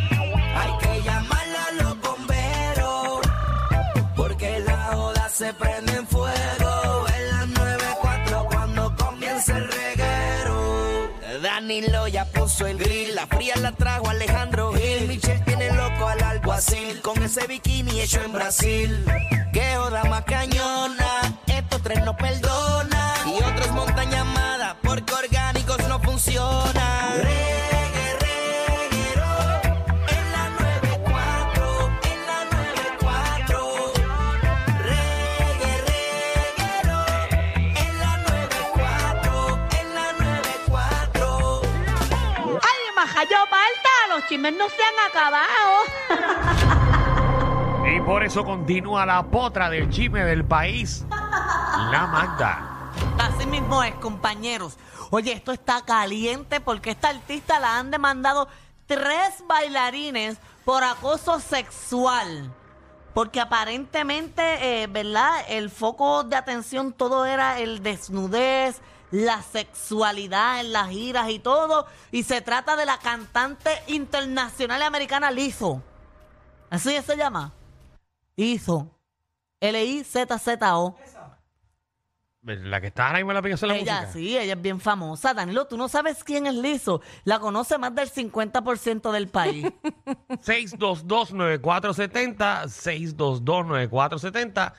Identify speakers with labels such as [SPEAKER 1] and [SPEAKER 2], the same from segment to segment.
[SPEAKER 1] Hay que llamar a los bomberos, porque la oda se prende en fuego. En las 94 cuando comienza el reguero. Danilo ya puso el grill, la fría la trajo Alejandro Gil. Michelle tiene loco al alguacil, con ese bikini hecho en Brasil. Qué oda más cañona, estos tres no perdonan. Y otros montan llamada, porque orgánicos no funcionan. Reggae, reguero. En la 94, en la 94, reggae, reguero. En la 94, en la 94.
[SPEAKER 2] ¡Ay, majayo palta! Los chismes no se han acabado.
[SPEAKER 3] Y por eso continúa la potra del chisme del país, la Magda.
[SPEAKER 4] Así mismo es, compañeros. Oye, esto está caliente porque esta artista la han demandado tres bailarines por acoso sexual. Porque aparentemente, eh, ¿verdad? El foco de atención todo era el desnudez, la sexualidad en las giras y todo. Y se trata de la cantante internacional americana Lizzo. Así se llama. Lizzo. L-I-Z-Z-O.
[SPEAKER 3] La que está ahora mismo en la aplicación de la
[SPEAKER 4] Ella
[SPEAKER 3] música.
[SPEAKER 4] sí, ella es bien famosa. Danilo, tú no sabes quién es Lizo. La conoce más del 50% del país.
[SPEAKER 3] 622-9470, 622-9470.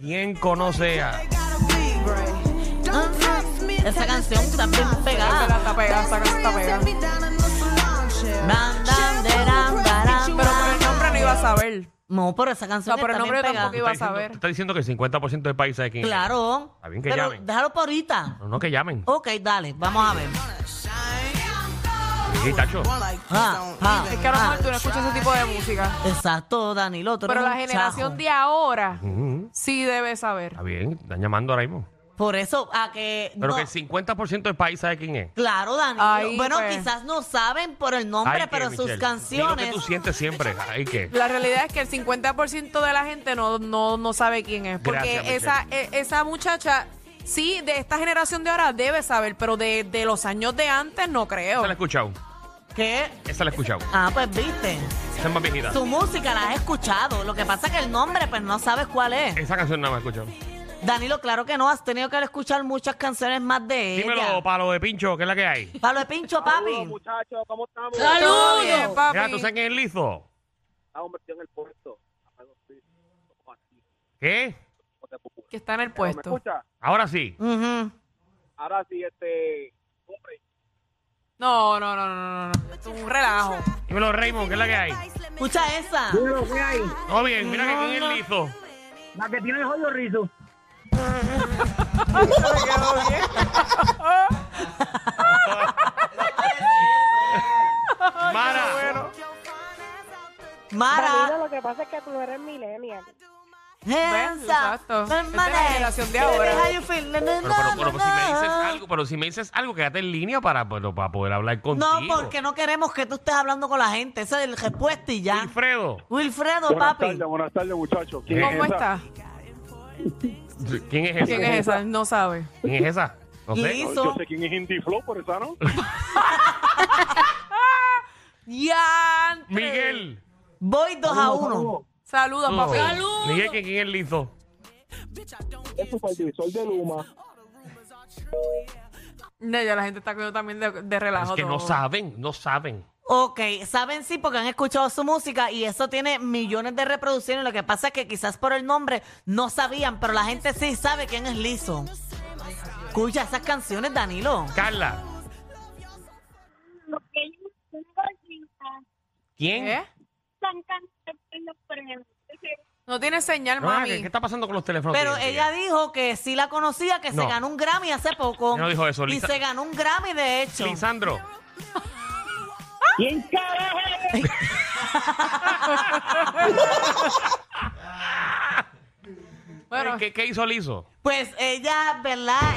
[SPEAKER 3] ¿Quién conoce a...?
[SPEAKER 4] Esa canción está bien pegada.
[SPEAKER 5] Está pegada, esa canción está pegada.
[SPEAKER 4] Bandanderan, baran,
[SPEAKER 5] Pero por el
[SPEAKER 4] baran.
[SPEAKER 5] nombre no iba a saber.
[SPEAKER 4] No, pero esa canción
[SPEAKER 5] No, pero
[SPEAKER 4] está
[SPEAKER 5] el nombre
[SPEAKER 4] bien
[SPEAKER 5] tampoco
[SPEAKER 4] pegada.
[SPEAKER 5] iba a
[SPEAKER 3] Está diciendo-
[SPEAKER 5] saber.
[SPEAKER 3] tú estás diciendo que el 50% del país sabe quién es.
[SPEAKER 4] Claro.
[SPEAKER 3] Está bien que
[SPEAKER 4] pero
[SPEAKER 3] llamen.
[SPEAKER 4] déjalo por ahorita.
[SPEAKER 3] No, no, que llamen.
[SPEAKER 4] Ok, dale, vamos a ver.
[SPEAKER 3] Sí, tacho.
[SPEAKER 4] Ah, ah,
[SPEAKER 5] Es que a lo
[SPEAKER 4] ah.
[SPEAKER 5] mejor tú no escuchas ese tipo de música.
[SPEAKER 4] Exacto, Danilo. tú
[SPEAKER 5] Pero
[SPEAKER 4] eres
[SPEAKER 5] la
[SPEAKER 4] un
[SPEAKER 5] generación
[SPEAKER 4] chajo.
[SPEAKER 5] de ahora
[SPEAKER 3] Ujú.
[SPEAKER 5] sí debe saber.
[SPEAKER 3] Está bien, están llamando ahora mismo.
[SPEAKER 4] Por eso, a que.
[SPEAKER 3] Pero
[SPEAKER 4] no.
[SPEAKER 3] que el 50% del país sabe quién es.
[SPEAKER 4] Claro, Danilo.
[SPEAKER 5] Ahí,
[SPEAKER 4] bueno,
[SPEAKER 5] pues.
[SPEAKER 4] quizás no saben por el nombre,
[SPEAKER 3] Ay, que,
[SPEAKER 4] pero sus
[SPEAKER 3] Michelle, Di lo
[SPEAKER 4] canciones.
[SPEAKER 3] que tú sientes siempre. Ay, que...
[SPEAKER 5] La realidad es que el 50% de la gente no, no, no sabe quién es. Porque
[SPEAKER 3] Gracias,
[SPEAKER 5] esa, e- esa muchacha, sí, de esta generación de ahora debe saber, pero de, de los años de antes no creo.
[SPEAKER 3] Esa la he escuchado.
[SPEAKER 4] ¿Qué?
[SPEAKER 3] Esa la he escuchado.
[SPEAKER 4] Ah, pues viste.
[SPEAKER 3] Esa es más viejita.
[SPEAKER 4] Su música la has escuchado. Lo que pasa es que el nombre, pues no sabes cuál es.
[SPEAKER 3] Esa canción nada más he escuchado.
[SPEAKER 4] Danilo, claro que no. Has tenido que escuchar muchas canciones más de ella.
[SPEAKER 3] Dímelo, palo de pincho, ¿qué es la que hay?
[SPEAKER 4] Pablo de Pincho, papi.
[SPEAKER 6] muchachos, ¿cómo estamos?
[SPEAKER 5] Todo bien, papi.
[SPEAKER 3] Mira, ¿tú sabes quién es lizo?
[SPEAKER 6] Ah, hombre, estoy en el puesto. Apago el switch. Como aquí,
[SPEAKER 3] ¿Qué?
[SPEAKER 6] como te popular.
[SPEAKER 5] Que está en el
[SPEAKER 6] ¿Me
[SPEAKER 5] puesto.
[SPEAKER 6] escucha?
[SPEAKER 3] Ahora sí.
[SPEAKER 4] Ujú.
[SPEAKER 6] Ahora sí, este... Hombre,
[SPEAKER 5] No, no, no, no, no, no. Esto es un relajo.
[SPEAKER 3] Dímelo, Raymond, ¿qué es la que hay?
[SPEAKER 4] Escucha esa.
[SPEAKER 3] Todo bien, mira que quién es lizo. Mara,
[SPEAKER 4] Mara.
[SPEAKER 7] Lo que pasa es que tú eres millennial.
[SPEAKER 5] ¿Ves? Exacto. Esta es la generación de ahora.
[SPEAKER 4] How you feel?
[SPEAKER 3] pero, pero, pero, si me dices algo, pero si me dices algo, quédate en línea para, pero para poder hablar contigo.
[SPEAKER 4] No, porque no queremos que tú estés hablando con la gente. Esa es la respuesta y ya.
[SPEAKER 3] Wilfredo,
[SPEAKER 4] Wilfredo,
[SPEAKER 6] buenas
[SPEAKER 4] papi.
[SPEAKER 6] tardes, buenas tardes, muchachos. ¿Quién
[SPEAKER 5] ¿Cómo
[SPEAKER 6] es esa?
[SPEAKER 5] está?
[SPEAKER 3] ¿quién es esa?
[SPEAKER 5] ¿Quién es esa? No sabe.
[SPEAKER 3] ¿Quién es esa? No sé.
[SPEAKER 4] Liz.
[SPEAKER 6] Yo sé quién es Indie Flow, por esa, ¿no?
[SPEAKER 5] ¡Ya!
[SPEAKER 3] Miguel.
[SPEAKER 4] Voy dos a uno.
[SPEAKER 5] Saludos, papi.
[SPEAKER 3] Oh. Miguel, ¿quién quién es lizo?
[SPEAKER 6] Es supervisor de Luma.
[SPEAKER 5] No, ya la gente está cogiendo también de, de relajo.
[SPEAKER 3] Es que no
[SPEAKER 5] todo.
[SPEAKER 3] saben, no saben.
[SPEAKER 4] Ok, saben sí porque han escuchado su música y eso tiene millones de reproducciones. Lo que pasa es que quizás por el nombre no sabían, pero la gente sí sabe quién es Lizo. Escucha esas canciones, Danilo.
[SPEAKER 3] Carla. ¿Quién?
[SPEAKER 5] ¿Eh? No tiene señal,
[SPEAKER 3] No,
[SPEAKER 5] mami.
[SPEAKER 3] ¿qué, qué está pasando con los teléfonos?
[SPEAKER 4] Pero
[SPEAKER 3] tuyos?
[SPEAKER 4] ella dijo que sí la conocía, que
[SPEAKER 3] No.
[SPEAKER 4] se ganó un Grammy hace poco.
[SPEAKER 3] Ella no dijo eso,
[SPEAKER 4] Y
[SPEAKER 3] Lisa-
[SPEAKER 4] se ganó un Grammy, de hecho.
[SPEAKER 3] Lisandro.
[SPEAKER 6] ¿Quién carajo eres?
[SPEAKER 5] Bueno,
[SPEAKER 3] ¿Qué, qué hizo Lizo?
[SPEAKER 4] Pues ella, ¿verdad?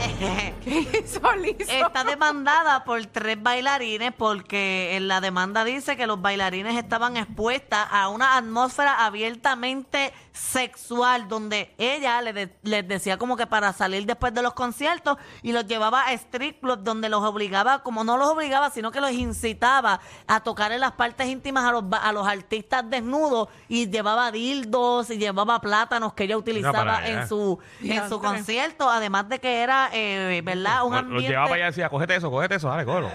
[SPEAKER 5] hizo liso.
[SPEAKER 4] Está demandada por tres bailarines porque en la demanda dice que los bailarines estaban expuestas a una atmósfera abiertamente sexual donde ella le de- les decía como que para salir después de los conciertos y los llevaba a strip clubs donde los obligaba, como no los obligaba, sino que los incitaba a tocar en las partes íntimas a los, ba- a los artistas desnudos y llevaba dildos y llevaba plátanos que ella utilizaba
[SPEAKER 3] para allá.
[SPEAKER 4] en su, en su
[SPEAKER 5] Diantre.
[SPEAKER 4] concierto, además de que era, eh, ¿verdad? Un
[SPEAKER 3] Lo- Los
[SPEAKER 4] ambiente-
[SPEAKER 3] llevaba para allá y decía, cógete eso, cógete eso, dale, cógelo.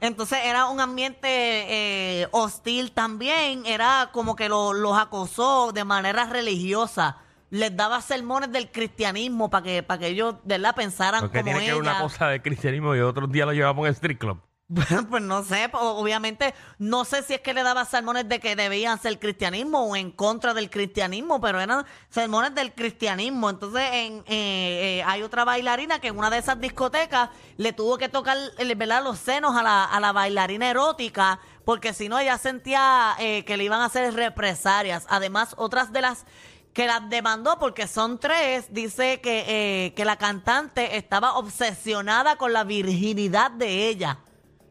[SPEAKER 4] entonces era un ambiente eh, hostil también, era como que lo- los acosó de manera religiosa. Les daba sermones del cristianismo para que, para que ellos ¿verdad? pensaran
[SPEAKER 3] Porque
[SPEAKER 4] como
[SPEAKER 3] tiene que
[SPEAKER 4] ella.
[SPEAKER 3] ver una cosa de cristianismo y otro día lo llevaba a un street club.
[SPEAKER 4] Bueno, pues no sé, po- obviamente no sé si es que le daba sermones de que debían ser cristianismo o en contra del cristianismo, pero eran sermones del cristianismo. Entonces en, eh, eh, hay otra bailarina que en una de esas discotecas le tuvo que tocar eh, ¿verdad? los senos a la, a la bailarina erótica porque si no ella sentía eh, que le iban a hacer represalias. Además, otras de las que las demandó porque son tres, dice que, eh, que la cantante estaba obsesionada con la virginidad de ella.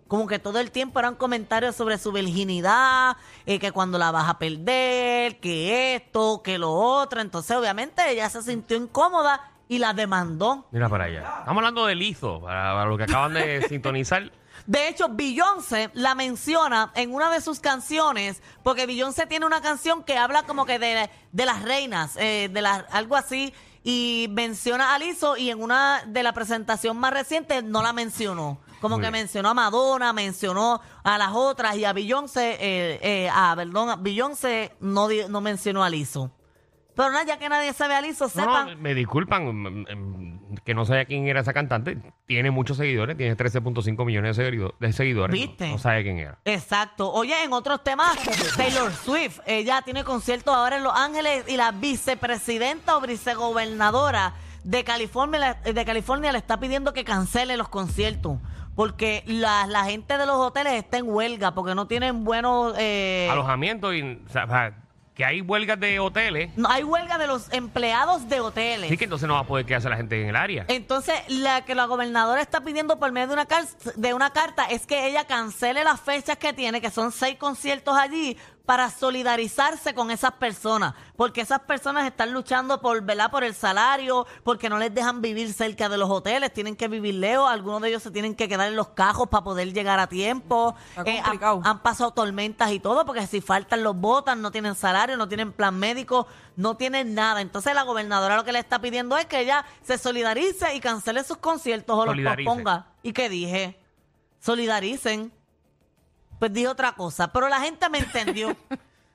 [SPEAKER 4] Como que todo el tiempo eran comentarios sobre su virginidad, eh, que cuando la vas a perder, que esto, que lo otro. Entonces, obviamente, ella se sintió incómoda y la demandó.
[SPEAKER 3] Mira para allá. Estamos hablando de Lizo, para, para los que acaban de sintonizar.
[SPEAKER 4] De hecho, Beyoncé la menciona en una de sus canciones, porque Beyoncé tiene una canción que habla como que de, de las reinas, eh, de las algo así, y menciona a Lizzo, y en una de la presentación más reciente no la mencionó. Como
[SPEAKER 3] Muy
[SPEAKER 4] que
[SPEAKER 3] bien.
[SPEAKER 4] mencionó a Madonna, mencionó a las otras, y a Beyoncé, eh, eh, a, perdón, a Beyoncé no, di- no mencionó a Lizzo. Pero nada, ya que nadie sabe a Lizzo,
[SPEAKER 3] No,
[SPEAKER 4] sepan...
[SPEAKER 3] No, me disculpan mm, mm, que no sabía quién era esa cantante. Tiene muchos seguidores, tiene 13.5 millones de seguido- de seguidores.
[SPEAKER 4] ¿Viste?
[SPEAKER 3] No, no sabía quién era.
[SPEAKER 4] Exacto. Oye, en otros temas, Taylor Swift, ella tiene conciertos ahora en Los Ángeles y la vicepresidenta o vicegobernadora de California, la- de California le está pidiendo que cancele los conciertos porque la, la gente de los hoteles está en huelga porque no tienen buenos... eh,
[SPEAKER 3] Alojamiento y o sea, o sea, que hay huelgas de hoteles.
[SPEAKER 4] no, hay huelga de los empleados de hoteles.
[SPEAKER 3] Así que entonces no va a poder quedarse la gente en el área.
[SPEAKER 4] Entonces, la que la gobernadora está pidiendo por medio de una, car- de una carta es que ella cancele las fechas que tiene, que son seis conciertos allí, para solidarizarse con esas personas. Porque esas personas están luchando por, ¿verdad? por el salario, porque no les dejan vivir cerca de los hoteles, tienen que vivir lejos, algunos de ellos se tienen que quedar en los cajos para poder llegar a tiempo. Eh,
[SPEAKER 5] Está
[SPEAKER 4] han-
[SPEAKER 5] complicado.
[SPEAKER 4] han han pasado tormentas y todo, porque si faltan los botan, no tienen salario, no tienen plan médico, no tienen nada. Entonces la gobernadora lo que le está pidiendo es que ella se solidarice y cancele sus conciertos o los
[SPEAKER 3] Solidarice.
[SPEAKER 4] posponga. ¿Y qué dije? Solidaricen. Pues dije otra cosa, pero la gente me entendió.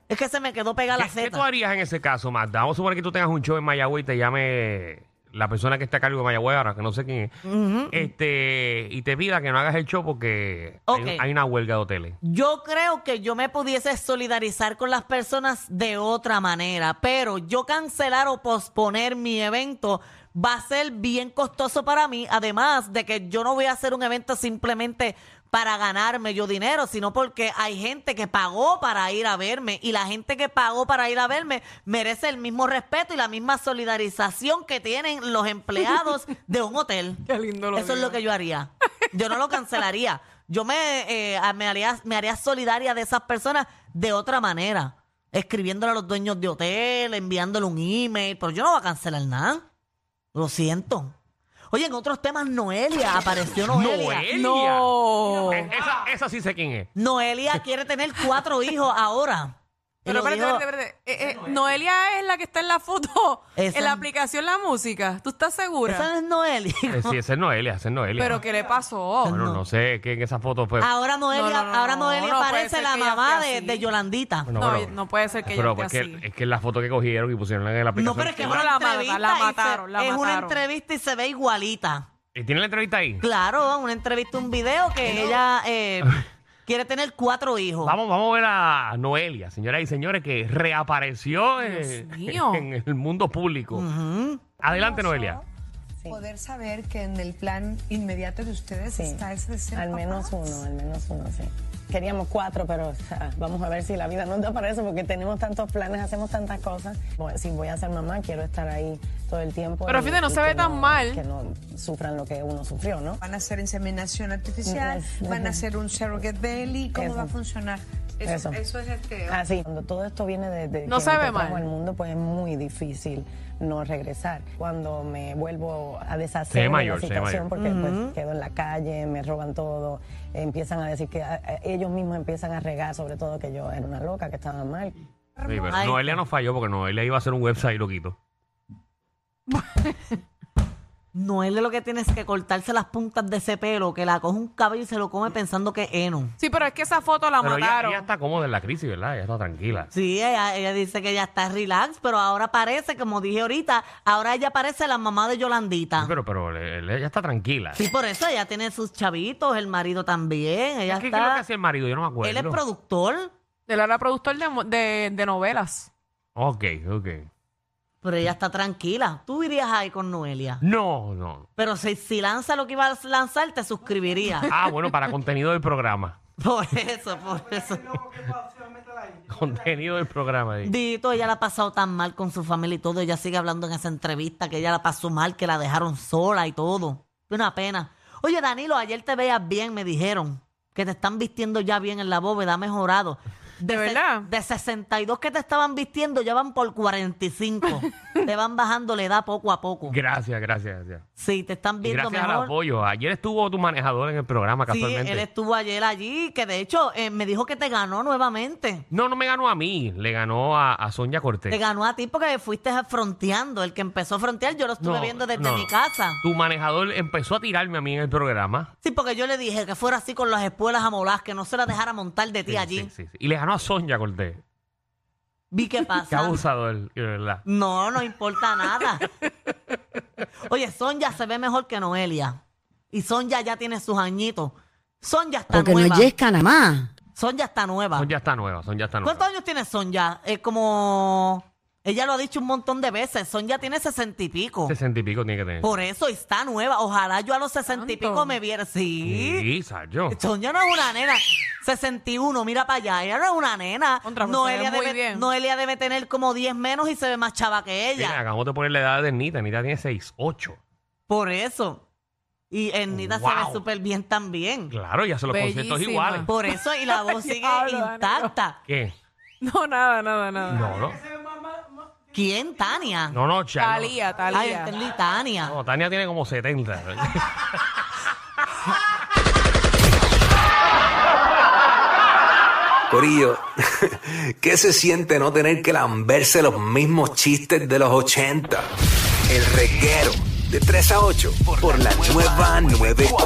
[SPEAKER 4] es que se me quedó pegada la
[SPEAKER 3] ¿Qué, qué tú
[SPEAKER 4] Z.
[SPEAKER 3] harías en ese caso, Magda? Vamos a suponer que tú tengas un show en Mayagüez y te llame la persona que está a cargo de Mayagüez ahora, que no sé quién es, este, y te pida que no hagas el show porque hay-
[SPEAKER 4] Ok.
[SPEAKER 3] hay, una huelga de hoteles.
[SPEAKER 4] Yo creo que yo me pudiese solidarizar con las personas de otra manera, pero yo cancelar o posponer mi evento va a ser bien costoso para mí, además de que yo no voy a hacer un evento simplemente para ganarme yo dinero, sino porque hay gente que pagó para ir a verme y la gente que pagó para ir a verme merece el mismo respeto y la misma solidarización que tienen los empleados de un hotel.
[SPEAKER 5] Qué lindo lo
[SPEAKER 4] Eso es lo
[SPEAKER 5] digo.
[SPEAKER 4] que yo haría. Yo no lo cancelaría. Yo me, eh, a- me, haría, me haría solidaria de esas personas de otra manera. Escribiéndole a los dueños de hotel, enviándole un email. Pero yo no voy a cancelar nada. Lo siento. Oye, en otros temas, Noelia. Apareció Noelia.
[SPEAKER 3] ¡Noelia!
[SPEAKER 5] No.
[SPEAKER 3] Eh, Esa, esa sí sé quién es.
[SPEAKER 4] Noelia quiere tener cuatro hijos ahora.
[SPEAKER 5] Pero
[SPEAKER 4] lo
[SPEAKER 5] espérate,
[SPEAKER 4] dijo-
[SPEAKER 5] espérate, espérate. Eh, eh, Noelia es la que está en la foto,
[SPEAKER 4] Esa-
[SPEAKER 5] en la aplicación La Música. ¿Tú estás segura?
[SPEAKER 4] Esa no es Noelia.
[SPEAKER 3] Eh, sí, ese es Noelia, ese es Noelia.
[SPEAKER 5] ¿Pero qué le pasó?
[SPEAKER 3] Bueno, no sé qué en esa foto fue.
[SPEAKER 4] Ahora Noelia,
[SPEAKER 5] No, no, no,
[SPEAKER 4] ahora
[SPEAKER 5] no,
[SPEAKER 4] Noelia
[SPEAKER 5] no puede
[SPEAKER 4] parece
[SPEAKER 5] ser
[SPEAKER 4] la
[SPEAKER 5] que ella
[SPEAKER 4] mamá
[SPEAKER 5] esté
[SPEAKER 4] de,
[SPEAKER 5] así.
[SPEAKER 4] de Yolandita.
[SPEAKER 3] Bueno,
[SPEAKER 5] No,
[SPEAKER 3] pero-
[SPEAKER 5] no puede ser que yo
[SPEAKER 3] pero
[SPEAKER 5] esté
[SPEAKER 3] es
[SPEAKER 5] así.
[SPEAKER 3] que, es que la foto que cogieron y pusieron en la
[SPEAKER 4] No,
[SPEAKER 3] aplicación.
[SPEAKER 4] pero es que es
[SPEAKER 5] Pero
[SPEAKER 4] una
[SPEAKER 5] la mata-
[SPEAKER 4] entrevista.
[SPEAKER 5] la
[SPEAKER 4] y se-
[SPEAKER 5] mataron, la
[SPEAKER 4] es una
[SPEAKER 5] mataron.
[SPEAKER 4] entrevista y se ve igualita.
[SPEAKER 3] ¿Y tiene la entrevista ahí?
[SPEAKER 4] Claro, una entrevista, un video que ella eh, quiere tener cuatro hijos.
[SPEAKER 3] Vamos, vamos a ver a Noelia, señoras y señores, que reapareció en,
[SPEAKER 5] Dios mío.
[SPEAKER 3] en el mundo público. Adelante, Noelia.
[SPEAKER 8] Poder saber que en el plan inmediato de ustedes está ese de ser
[SPEAKER 7] Al menos
[SPEAKER 8] papás.
[SPEAKER 7] uno, al menos uno, sí. Queríamos cuatro, pero o sea, vamos a ver si la vida nos da para eso, porque tenemos tantos planes, hacemos tantas cosas. Bueno, si voy a ser mamá, quiero estar ahí todo el tiempo.
[SPEAKER 5] Pero
[SPEAKER 7] y-
[SPEAKER 5] fíjate, no
[SPEAKER 7] y
[SPEAKER 5] se ve
[SPEAKER 7] que
[SPEAKER 5] tan
[SPEAKER 7] no-
[SPEAKER 5] mal.
[SPEAKER 7] Que no sufran lo que uno sufrió, ¿no?
[SPEAKER 8] Van a hacer inseminación artificial,
[SPEAKER 7] Ujú,
[SPEAKER 8] van a
[SPEAKER 7] ujú.
[SPEAKER 8] hacer un surrogate belly. ¿Cómo
[SPEAKER 7] Eso.
[SPEAKER 8] va a funcionar?
[SPEAKER 7] Eso.
[SPEAKER 8] es este.
[SPEAKER 7] Así, cuando todo esto viene de, de
[SPEAKER 5] No
[SPEAKER 7] que
[SPEAKER 5] se ve
[SPEAKER 7] te trajo
[SPEAKER 5] mal.
[SPEAKER 7] el mundo, pues es muy difícil no regresar. Cuando me vuelvo a
[SPEAKER 3] Se
[SPEAKER 7] deshacer
[SPEAKER 3] ve
[SPEAKER 7] de
[SPEAKER 3] mayor,
[SPEAKER 7] la
[SPEAKER 3] se ve
[SPEAKER 7] situación,
[SPEAKER 3] mayor.
[SPEAKER 7] porque pues, quedo en la calle, me roban todo, empiezan a decir que a- a- ellos mismos empiezan a regar, sobre todo que yo era una loca, que estaba mal.
[SPEAKER 3] Sí, pero
[SPEAKER 4] Ay.
[SPEAKER 3] Noelia no falló porque Noelia iba a hacer un website y lo quitó.
[SPEAKER 4] Noelia lo que tiene es que cortarse las puntas de ese pelo, que la coge un cabello y se lo come pensando que es heno.
[SPEAKER 5] Sí, pero es que esa foto la
[SPEAKER 3] Pero ella,
[SPEAKER 5] mataron.
[SPEAKER 3] ella está cómoda en la crisis, ¿verdad? Ella está tranquila.
[SPEAKER 4] Sí, ella, ella dice que ya está relax, pero ahora parece, como dije ahorita, ahora ella parece la mamá de Yolandita.
[SPEAKER 3] Pero, pero eh, ella está tranquila.
[SPEAKER 4] Sí, por eso ella tiene sus chavitos, el marido también, ella
[SPEAKER 3] ¿Qué creo que
[SPEAKER 4] está...
[SPEAKER 3] hacía el marido? Yo no me acuerdo.
[SPEAKER 4] Él es productor,
[SPEAKER 5] Él era productor de, mo- de- de novelas.
[SPEAKER 3] Ok, ok.
[SPEAKER 4] pero ella está tranquila. Tú irías ahí con Noelia.
[SPEAKER 3] No, no.
[SPEAKER 4] Pero si, si lanza lo que iba a lanzar, te suscribiría.
[SPEAKER 3] Ah, bueno, para contenido del programa.
[SPEAKER 4] Por eso, por eso.
[SPEAKER 3] Contenido del programa. digo.
[SPEAKER 4] Dito, ella la ha pasado tan mal con su familia y todo. Ella sigue hablando en esa entrevista que ella la pasó mal, que la dejaron sola y todo. Una pena. Oye, Danilo, ayer te veías bien, me dijeron. Que te están vistiendo ya bien en la bóveda, ha mejorado.
[SPEAKER 5] ¿De verdad?
[SPEAKER 4] De 62 que te estaban vistiendo, ya van por 45. te van bajando la edad poco a poco.
[SPEAKER 3] Gracias, gracias, gracias.
[SPEAKER 4] Sí, te están
[SPEAKER 3] Y
[SPEAKER 4] viendo
[SPEAKER 3] gracias
[SPEAKER 4] mejor.
[SPEAKER 3] al apoyo. Ayer estuvo tu manejador en el programa
[SPEAKER 4] Sí,
[SPEAKER 3] casualmente.
[SPEAKER 4] él estuvo ayer allí, que de hecho eh, me dijo que te ganó nuevamente.
[SPEAKER 3] No, no me ganó a mí, le ganó a, a Sonia Cortés.
[SPEAKER 4] Te ganó a ti porque fuiste fronteando. El que empezó a frontear, yo lo estuve
[SPEAKER 3] No,
[SPEAKER 4] viendo desde
[SPEAKER 3] no.
[SPEAKER 4] mi casa.
[SPEAKER 3] Tu manejador empezó a tirarme a mí en el programa.
[SPEAKER 4] Sí, porque yo le dije que fuera así con las espuelas amoladas, que no se las dejara montar de ti
[SPEAKER 3] Sí,
[SPEAKER 4] allí.
[SPEAKER 3] sí, sí, sí. Y le ganó a Sonia Cortés.
[SPEAKER 4] Vi que
[SPEAKER 3] Qué
[SPEAKER 4] pasa.
[SPEAKER 3] abusador, de verdad.
[SPEAKER 4] No, no importa nada. Oye, Sonja se ve mejor que Noelia. Y Sonja ya tiene sus añitos. Sonja está nueva.
[SPEAKER 8] nada más.
[SPEAKER 4] Sonja está nueva.
[SPEAKER 3] Sonia está nueva, Sonia está nueva.
[SPEAKER 4] ¿Cuántos años tiene Sonja? Es como... Ella lo ha dicho un montón de veces. Sonja tiene sesenta y pico.
[SPEAKER 3] Sesenta y pico tiene que tener.
[SPEAKER 4] Por eso está nueva. Ojalá yo a los sesenta y
[SPEAKER 5] ¿Tanto?
[SPEAKER 4] pico me viera. Sí.
[SPEAKER 3] Sí, Sayo.
[SPEAKER 4] Sonia no es una nena. 61, mira para allá. Ella no es una nena.
[SPEAKER 5] Contra, pues,
[SPEAKER 4] Noelia,
[SPEAKER 5] se ve muy
[SPEAKER 4] debe,
[SPEAKER 5] bien.
[SPEAKER 4] Noelia debe tener como 10 menos y se ve más chava que
[SPEAKER 3] Mira,
[SPEAKER 4] ella.
[SPEAKER 3] Acabamos de poner la edad de Nita. Nita tiene 6, 8.
[SPEAKER 4] Por eso. Y Ernita se ve
[SPEAKER 3] Wow.
[SPEAKER 4] súper bien también.
[SPEAKER 3] Claro, ya se los conciertos
[SPEAKER 5] Bellísima.
[SPEAKER 3] iguales.
[SPEAKER 4] Por eso, y la voz sigue
[SPEAKER 5] Diablo, Danilo.
[SPEAKER 4] intacta.
[SPEAKER 3] ¿Qué?
[SPEAKER 5] No, nada, nada, nada.
[SPEAKER 3] No, no.
[SPEAKER 4] ¿Quién? Tania.
[SPEAKER 3] No, no, Chalo.
[SPEAKER 5] Talía,
[SPEAKER 4] Ay, este
[SPEAKER 5] Talía.
[SPEAKER 4] entendí, Tania.
[SPEAKER 3] No, Tania tiene como 70.
[SPEAKER 1] Corillo, ¿qué se siente no tener que lamberse los mismos chistes de los 80? El reguero de 3 a 8 por la nueva 9.